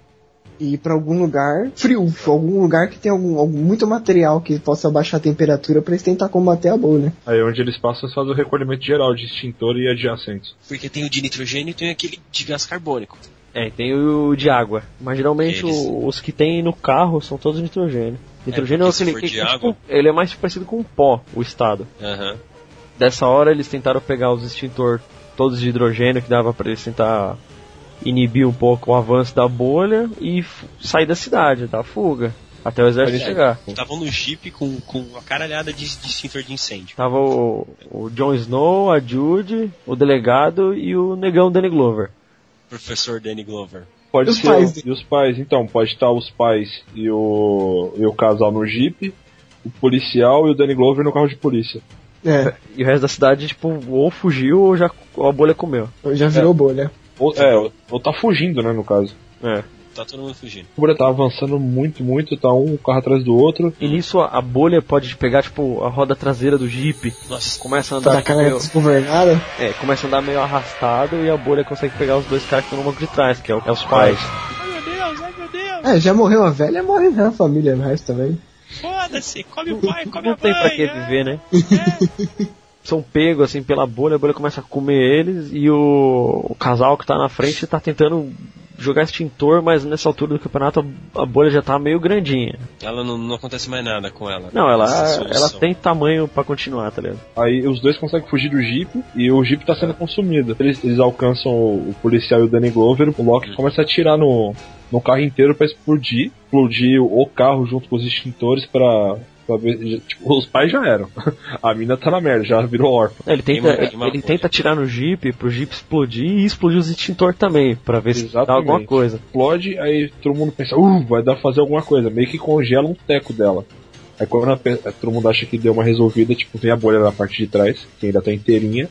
S3: E ir pra algum lugar frio, algum lugar que tem algum, algum- muito material que possa baixar a temperatura pra eles tentar combater a bolha.
S1: Aí onde eles passam, eles fazem o recolhimento geral de extintor e adjacentes.
S4: Porque tem o de nitrogênio e tem aquele de gás carbônico.
S2: É, e tem o de água. Mas geralmente
S4: Eles-
S2: o- os que tem no carro são todos nitrogênio. Nitrogênio
S4: porque
S2: é,
S4: se
S2: aquele
S4: for
S2: que-
S4: de
S2: que é tipo-
S4: água-
S2: ele é mais parecido com pó, o estado.
S4: Aham.
S2: Dessa hora eles tentaram pegar os extintor todos de hidrogênio que dava pra eles tentar inibir um pouco o avanço da bolha e f- sair da cidade, da fuga, até o exército chegar.
S4: Estavam no Jeep com, com a caralhada de, de extintor de incêndio.
S2: Tava o, o Jon Snow, a Jude, o delegado e o negão Danny Glover.
S4: Professor Danny Glover.
S1: Pode
S3: E os
S1: ser.
S3: pais?
S1: E os pais, então, pode estar os pais e o, e o casal no Jeep, o policial e o Danny Glover no carro de polícia.
S3: É,
S2: E o resto da cidade, tipo, ou fugiu ou já ou a bolha comeu.
S3: já virou bolha.
S1: Ou, é, ou- ou tá fugindo, né, no caso.
S4: Tá todo mundo fugindo.
S1: A fúria tá avançando muito, muito, tá um carro atrás do outro.
S2: E nisso a, a bolha pode pegar, tipo, a roda traseira do Jeep.
S4: Nossa,
S2: Começa a
S3: Tá
S2: andar
S3: cara
S2: meio,
S3: desgovernada.
S2: é, começa a andar meio arrastado e a bolha consegue pegar os dois caras que estão no banco de trás, que é, o- é os pais.
S3: É, já morreu a velha, morre na família, no resto também.
S4: foda-se, come o pai, come
S2: Não
S4: a
S2: tem
S4: mãe. é.
S2: pra que viver, né? São pegos assim pela bolha, a bolha começa a comer eles e o, o casal que tá na frente tá tentando jogar extintor, mas nessa altura do campeonato a- a bolha já tá meio grandinha.
S4: Ela não, não acontece mais nada com ela.
S2: Não, ela,
S4: Essa
S2: ela
S4: solução.
S2: tem tamanho pra continuar, tá ligado?
S1: Aí os dois conseguem fugir do Jeep e o Jeep tá sendo consumido. Eles, eles alcançam o, o policial e o Danny Glover, o Loki começa a atirar no, no carro inteiro pra explodir. Explodir o, o carro junto com os extintores pra. pra ver- já- tipo, os pais já eram. A mina tá na merda, já virou órfã.
S2: Ele tenta,
S4: Queima-
S2: ele,
S4: queima a
S2: ele
S4: bolha.
S2: tenta tirar no jeep pro jeep explodir e explodir os extintor também, pra ver se dá
S1: Exatamente.
S2: alguma coisa.
S1: Explode, aí todo mundo pensa, uh, vai dar pra fazer alguma coisa. Meio que congela um teco dela. Aí quando a pe- é, todo mundo acha que deu uma resolvida, tipo, vem a bolha na parte de trás, que ainda tá inteirinha.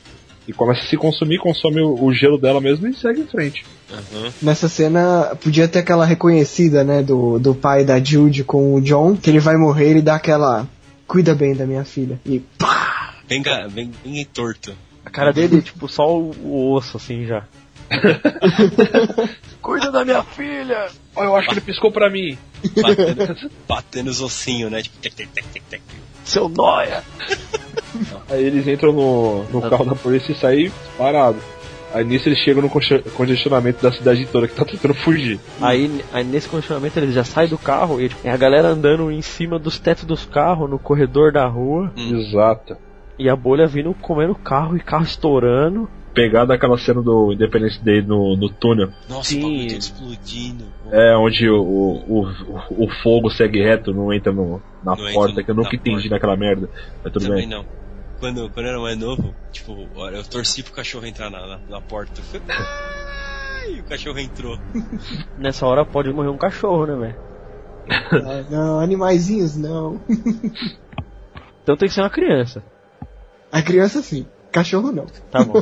S1: E começa a se consumir, consome o, o gelo dela mesmo e segue em frente.
S4: Aham.
S3: Nessa cena, podia ter aquela reconhecida, né, do, do pai da Jude com o John, que ele vai morrer, ele dá aquela. Cuida bem da minha filha. E pá!
S4: Bem, ga- bem, bem torto.
S2: A cara dele, tipo, só o, o osso, assim, já. Cuida da minha filha!
S1: Ó, eu acho que ele piscou pra mim.
S4: Batendo, batendo os ossinhos, né? Tipo, tec, tec, tec, tec, tec.
S2: Seu noia!
S1: Aí eles entram no,
S2: Ah.
S1: no carro da polícia e saem parado. Aí nisso eles chegam no conge- congestionamento da cidade toda que tá tentando fugir.
S2: Aí, aí nesse condicionamento ele já sai do carro e tipo, é a galera andando em cima dos tetos dos carros, no corredor da rua,
S1: Exato.
S2: e a bolha vindo comendo o carro e carro estourando.
S1: Pegada aquela cena do Independence Day no, no túnel.
S4: Nossa,
S2: Sim.
S4: o bagulho todo explodindo.
S1: É, onde o, o, o, o fogo segue reto, não entra no, na
S4: Não
S1: porta,
S4: entra
S1: que eu nunca
S4: na
S1: entendi
S4: porta.
S1: naquela merda. Mas tudo bem.
S4: Também não. Quando, quando eu era mais novo, tipo, olha, eu torci pro cachorro entrar na, na, na porta. Eu falei, "Ah", e o cachorro entrou.
S2: Nessa hora pode morrer um cachorro, né, velho?
S3: Ah, Não, animaizinhos não.
S2: Então tem que ser uma criança.
S3: A criança sim, cachorro não.
S2: Tá bom.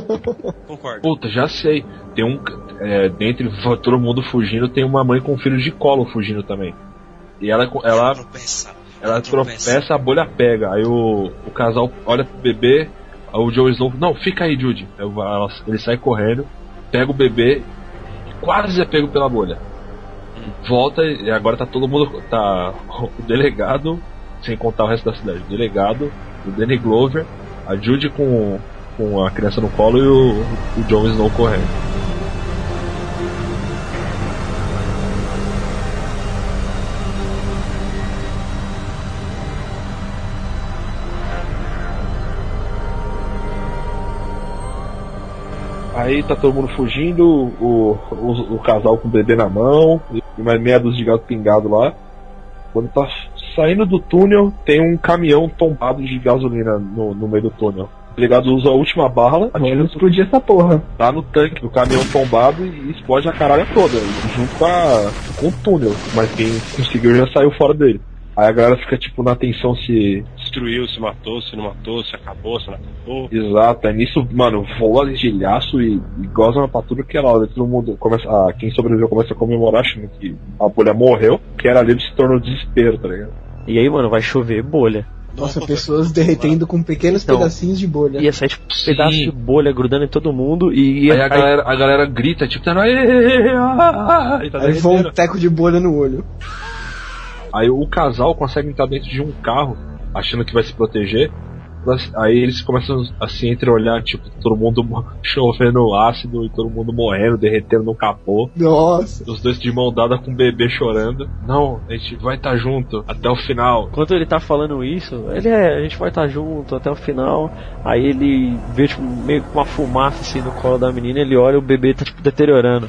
S4: Concordo.
S1: Puta, já sei. Tem um. É, dentre todo mundo fugindo, tem uma mãe com um filho de colo fugindo também. E ela, ela
S4: tropeça.
S1: Ela tropeça, a bolha pega. Aí o, o casal olha pro bebê, aí o Joe Snow, não, fica aí, Jude. Aí o- ela- Ele sai correndo, pega o bebê, e quase é pego pela bolha. Volta e agora tá todo mundo. Tá o delegado, sem contar o resto da cidade, o delegado, o Danny Glover, a Jude com, com a criança no colo e o, o John Snow correndo. Aí tá todo mundo fugindo, o, o, o casal com o bebê na mão, e mais meia dúzia de gato pingado lá. Quando tá saindo do túnel, tem um caminhão tombado de gasolina no, no meio do túnel. O delegado usa a última bala, atira
S3: Vamos explodir essa porra.
S1: tá no tanque do caminhão tombado e explode a caralha toda, junto com, a- com o túnel. Mas quem conseguiu já saiu fora dele. Aí a galera fica tipo na tensão se.
S4: Destruiu, se matou, se não matou, se acabou, se não acabou.
S1: Exato, é nisso, mano, voa de ilhaço e, e gozam pra tudo que era hora. Todo mundo começa. A, quem sobreviveu começa a comemorar, achando que a bolha morreu, que era ali se tornou desespero, tá ligado?
S2: E aí, mano, vai chover bolha.
S3: Nossa, pessoas derretendo com pequenos
S2: Então,
S3: pedacinhos de bolha.
S2: Ia sair tipo um pedaço de bolha grudando em todo mundo e ia
S1: Aí a galera, a galera grita, tipo, tá, "Aê, aê, aê, ah, ah", e tá
S3: Aí voa
S1: derretendo.
S3: um teco de bolha no olho.
S1: Aí o casal consegue entrar dentro de um carro, achando que vai se proteger. Mas Aí eles começam a se entreolhar, tipo, todo mundo mo- chovendo ácido e todo mundo morrendo, derretendo no capô.
S3: Nossa.
S1: Os dois de mão dada com o bebê chorando. Não, a gente vai estar junto até o final.
S2: Enquanto ele tá falando isso, ele é, a gente vai estar junto até o final. Aí ele vê tipo, meio com uma fumaça assim no colo da menina, ele olha e o bebê tá tipo deteriorando.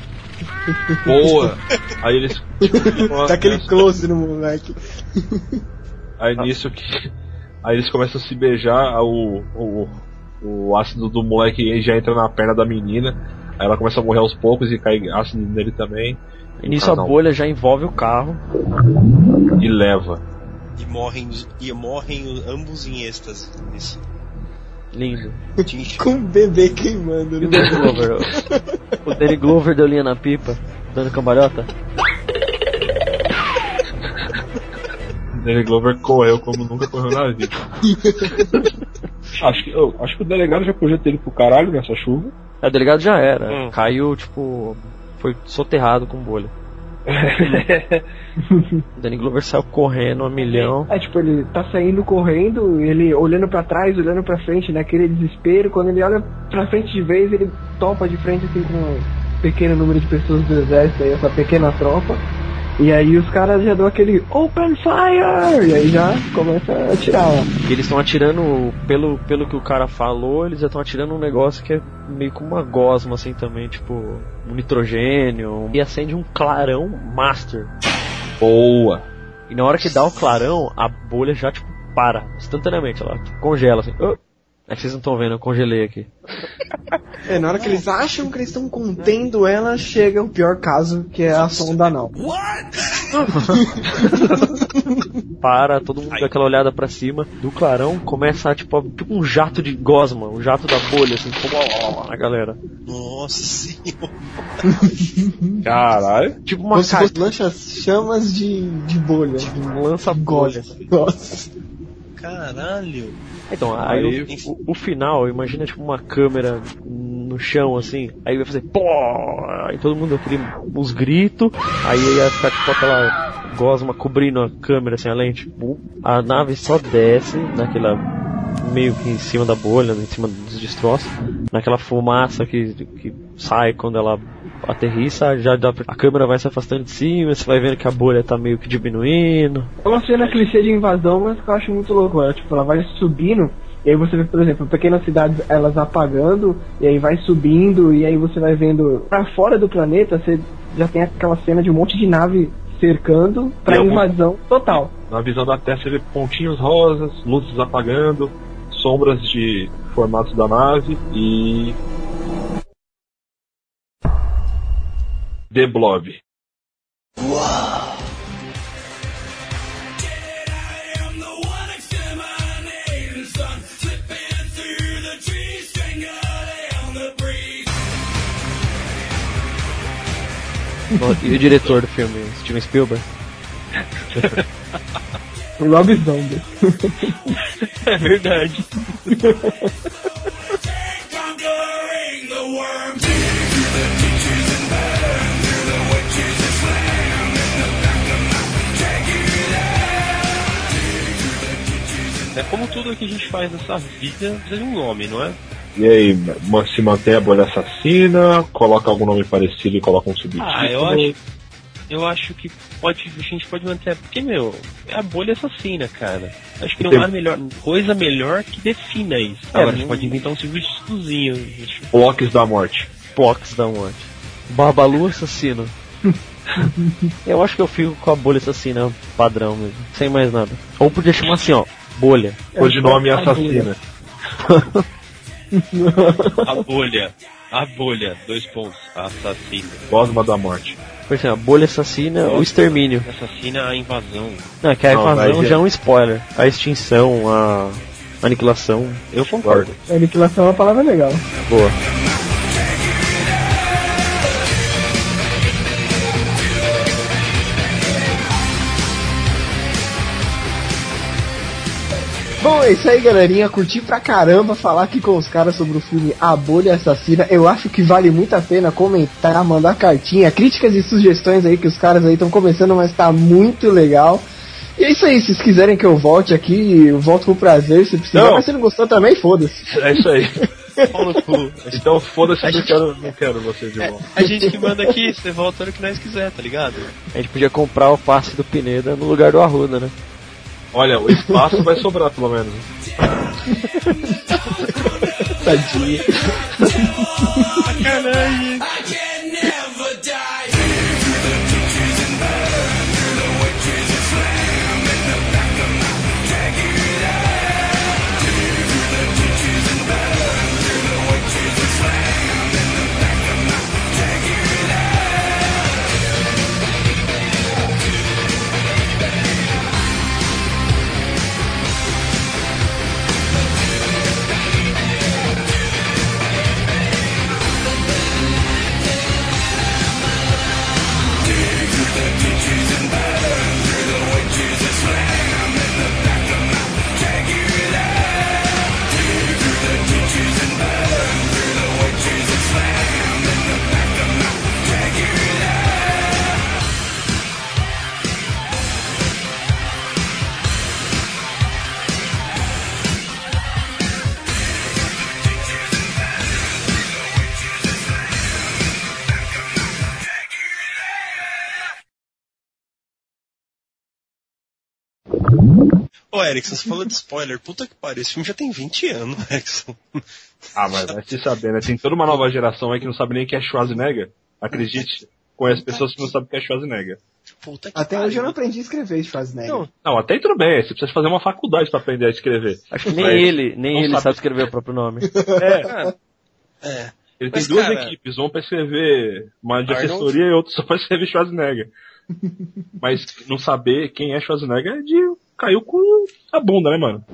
S1: Boa! Aí eles. Tipo,
S3: Tá aquele close no moleque.
S1: Aí nisso que. Aí eles começam a se beijar, aí o, o, o ácido do moleque já entra na perna da menina. Aí ela começa a morrer aos poucos e cai ácido nele também.
S2: E nisso a
S1: Casal.
S2: bolha já envolve o carro.
S1: E leva.
S4: E morrem, os- e morrem os- ambos em êxtase. Isso.
S2: Lindo.
S4: Gente,
S3: Com o bebê queimando.
S2: E o
S3: No...
S2: Danny Glover? o- o Danny Glover deu linha na pipa, dando cambalhota.
S1: Danny Glover correu como nunca correu na vida. acho, que, eu acho que o delegado já podia ter ido pro caralho nessa chuva.
S2: É, o delegado já era.
S4: Hum.
S2: Caiu, tipo. Foi soterrado com bolha. o Danny Glover saiu correndo a milhão.
S8: É, tipo, ele tá saindo correndo, ele olhando pra trás, olhando pra frente, naquele desespero. Quando ele olha pra frente de vez, ele topa de frente, assim, com um pequeno número de pessoas do exército aí, essa pequena tropa. E aí os caras já dão aquele open fire! E aí já começa a atirar. ó.
S2: E eles estão atirando, pelo, pelo que o cara falou, eles já estão atirando um negócio que é meio que uma gosma assim também, tipo, um nitrogênio. E acende um clarão master.
S1: Boa!
S2: E na hora que dá o clarão, a bolha já, tipo, para, instantaneamente, ela congela assim. Oh. É que vocês não estão vendo, eu congelei aqui.
S3: É, na hora que eles acham que eles estão contendo ela, chega o pior caso, que é a sonda anal.
S2: Para, todo mundo dá aquela olhada pra cima do clarão, começa a, tipo, a- tipo um jato de gosma, um jato da bolha, assim, como a galera.
S4: nossa senhora.
S1: Caralho!
S2: Tipo uma
S3: Como se
S2: caixa
S3: fosse lança-chamas de, de bolha.
S2: lança bolha.
S3: Bolha. Nossa.
S4: Caralho.
S2: Então, aí,
S1: Aí-
S2: o, o- o final, imagina tipo uma câmera no chão assim, aí vai fazer pó, aí todo mundo aquele uns gritos, aí ia ficar tipo aquela gosma cobrindo a câmera assim, a lente. Bum. A nave só desce naquela meio que em cima da bolha, né, em cima dos destroços, naquela fumaça que, que sai quando ela aterrissa, já dá pra, a câmera vai se afastando de cima, você vai vendo que a bolha tá meio que diminuindo.
S8: É uma cena clichê de invasão, mas que eu acho muito louco. Ela, tipo, ela vai subindo, e aí você vê, por exemplo, pequenas cidades elas apagando, e aí vai subindo, e aí você vai vendo pra fora do planeta, você já tem aquela cena de um monte de nave cercando pra
S1: E algum-
S8: invasão total.
S1: Na visão da Terra você vê pontinhos rosas, luzes apagando, sombras de formato da nave e. The Blob.
S2: E o diretor do filme, Steven Spielberg.
S8: Rob Zombie.
S4: É verdade. É como tudo que a gente faz nessa vida tem um nome, não é?
S1: E aí, ma- se mantém a bolha assassina, coloca algum nome parecido e coloca um subtítulo.
S4: Ah, eu acho. Eu acho que pode, a gente pode manter. Porque, meu, é a bolha assassina, cara. Acho que não há melhor, coisa melhor que defina isso.
S2: É,
S4: Agora,
S1: hum.
S2: não-
S4: você pode inventar um substitutozinho.
S1: Blocks da morte.
S2: Pox da onde? Barbalu assassino. eu acho que eu fico com a bolha assassina padrão mesmo, sem mais nada. Ou podia chamar assim, ó, bolha.
S1: Ou de nome assassina.
S4: A bolha. A bolha. Dois pontos. Assassina.
S1: Gosma da morte.
S2: Por exemplo, a bolha assassina, o extermínio.
S4: Assassina a invasão.
S2: Não, que a
S1: Não, vai
S2: invasão
S1: ver.
S2: já é um spoiler. A extinção, a aniquilação.
S1: Eu concordo.
S8: A aniquilação é uma palavra legal.
S1: Boa.
S3: Bom, é isso aí, galerinha. Curti pra caramba falar aqui com os caras sobre o filme A Bolha Assassina. Eu acho que vale muito a pena comentar, mandar cartinha, críticas e sugestões aí que os caras aí estão começando, mas tá muito legal. E é isso aí, se vocês quiserem que eu volte aqui, eu volto com prazer, se precisar,
S1: Não.
S3: mas se não gostou também, foda-se.
S1: É isso aí.
S4: Pau no cu.
S1: Então foda-se, eu não quero, não quero você de volta.
S4: A gente que manda aqui, você volta a hora que nós quiser, tá ligado?
S2: A gente podia comprar o passe do Pineda no lugar do Arruda, né?
S1: Olha, o espaço vai sobrar pelo menos.
S3: Tadinho.
S4: Ô, Erickson, você falou de spoiler. Puta que pariu, esse filme já tem 20 anos, Erickson.
S1: Ah, mas vai se saber, né? Tem toda uma nova geração aí que não sabe nem quem é Schwarzenegger. Acredite, conhece pessoas que não sabem quem é Schwarzenegger.
S4: Puta que
S3: Até
S4: pariu.
S3: hoje eu não aprendi a escrever Schwarzenegger.
S4: Não.
S1: Não, até aí tudo bem, você precisa fazer uma faculdade pra aprender a escrever.
S2: Acho que nem
S1: Mas
S2: ele, nem
S1: não
S2: ele
S1: sabe.
S2: sabe escrever o próprio nome.
S4: É.
S1: Ele
S4: Mas,
S1: tem duas
S4: cara-
S1: equipes, uma pra escrever uma de
S4: Arnold?
S1: assessoria e outra só pra escrever Schwarzenegger. Mas não saber quem é Schwarzenegger é de. caiu com a bunda, né, mano?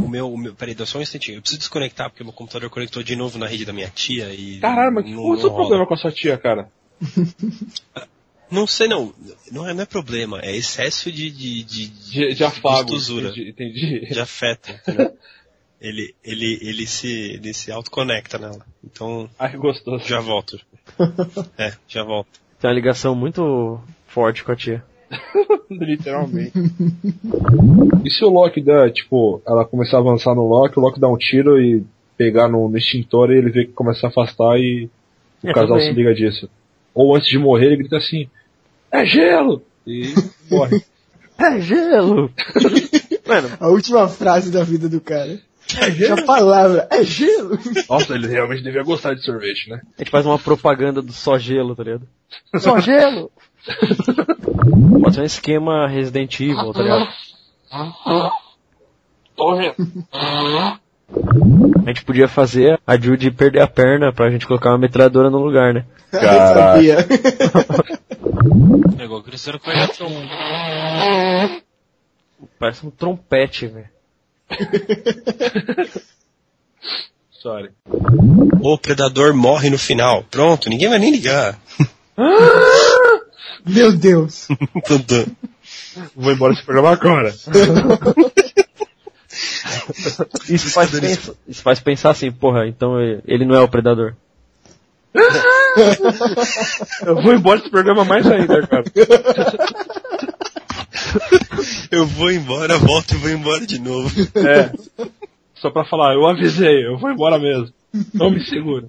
S4: O meu, o meu. Peraí, dá só um instantinho. Eu preciso desconectar porque meu computador conectou de novo na rede da minha tia e.
S1: Caralho, mas qual é o seu
S4: rola.
S1: problema com a sua tia, cara?
S4: Não sei, não. Não é, não é problema, é excesso de. de, de,
S1: De, de afago.
S4: Gostosura.
S1: Entendi. entendi.
S4: de afeto. entendeu? ele, ele, ele se, ele se autoconecta nela. Então,
S1: Ai, gostoso.
S4: já volto. É, já volto.
S2: Tem uma ligação muito forte com a tia.
S1: Literalmente. e se o Loki der, tipo, ela começar a avançar no Loki, o Loki dá um tiro e pegar no, no extintor e ele vê que começa a afastar e o
S2: É,
S1: casal se
S2: também.
S1: liga disso. Ou antes de morrer, ele grita assim: É gelo! E morre.
S2: É gelo! Mano,
S3: A última frase da vida do cara.
S4: É
S3: A palavra é gelo.
S1: Nossa, ele realmente devia gostar de sorvete, né?
S2: a gente faz uma propaganda do só gelo, tá ligado? Só gelo! Pode ser um esquema Resident Evil, tá ligado? A gente podia fazer a Judy perder a perna pra gente colocar uma metralhadora no lugar, né?
S1: Caralho.
S3: Eu sabia.
S4: É igual cresceram com a
S2: Parece um trompete, velho.
S1: Sorry.
S4: O predador morre no final. Pronto, ninguém vai nem ligar.
S3: Meu Deus.
S4: Tudum.
S1: Vou embora desse programa agora.
S2: Isso faz, pensa- isso faz pensar assim, porra, então ele não é o predador.
S1: Eu vou embora desse programa mais ainda, cara.
S4: eu vou embora, volto e vou embora de novo.
S1: É. Só pra falar, eu avisei, eu vou embora mesmo. Não me segura.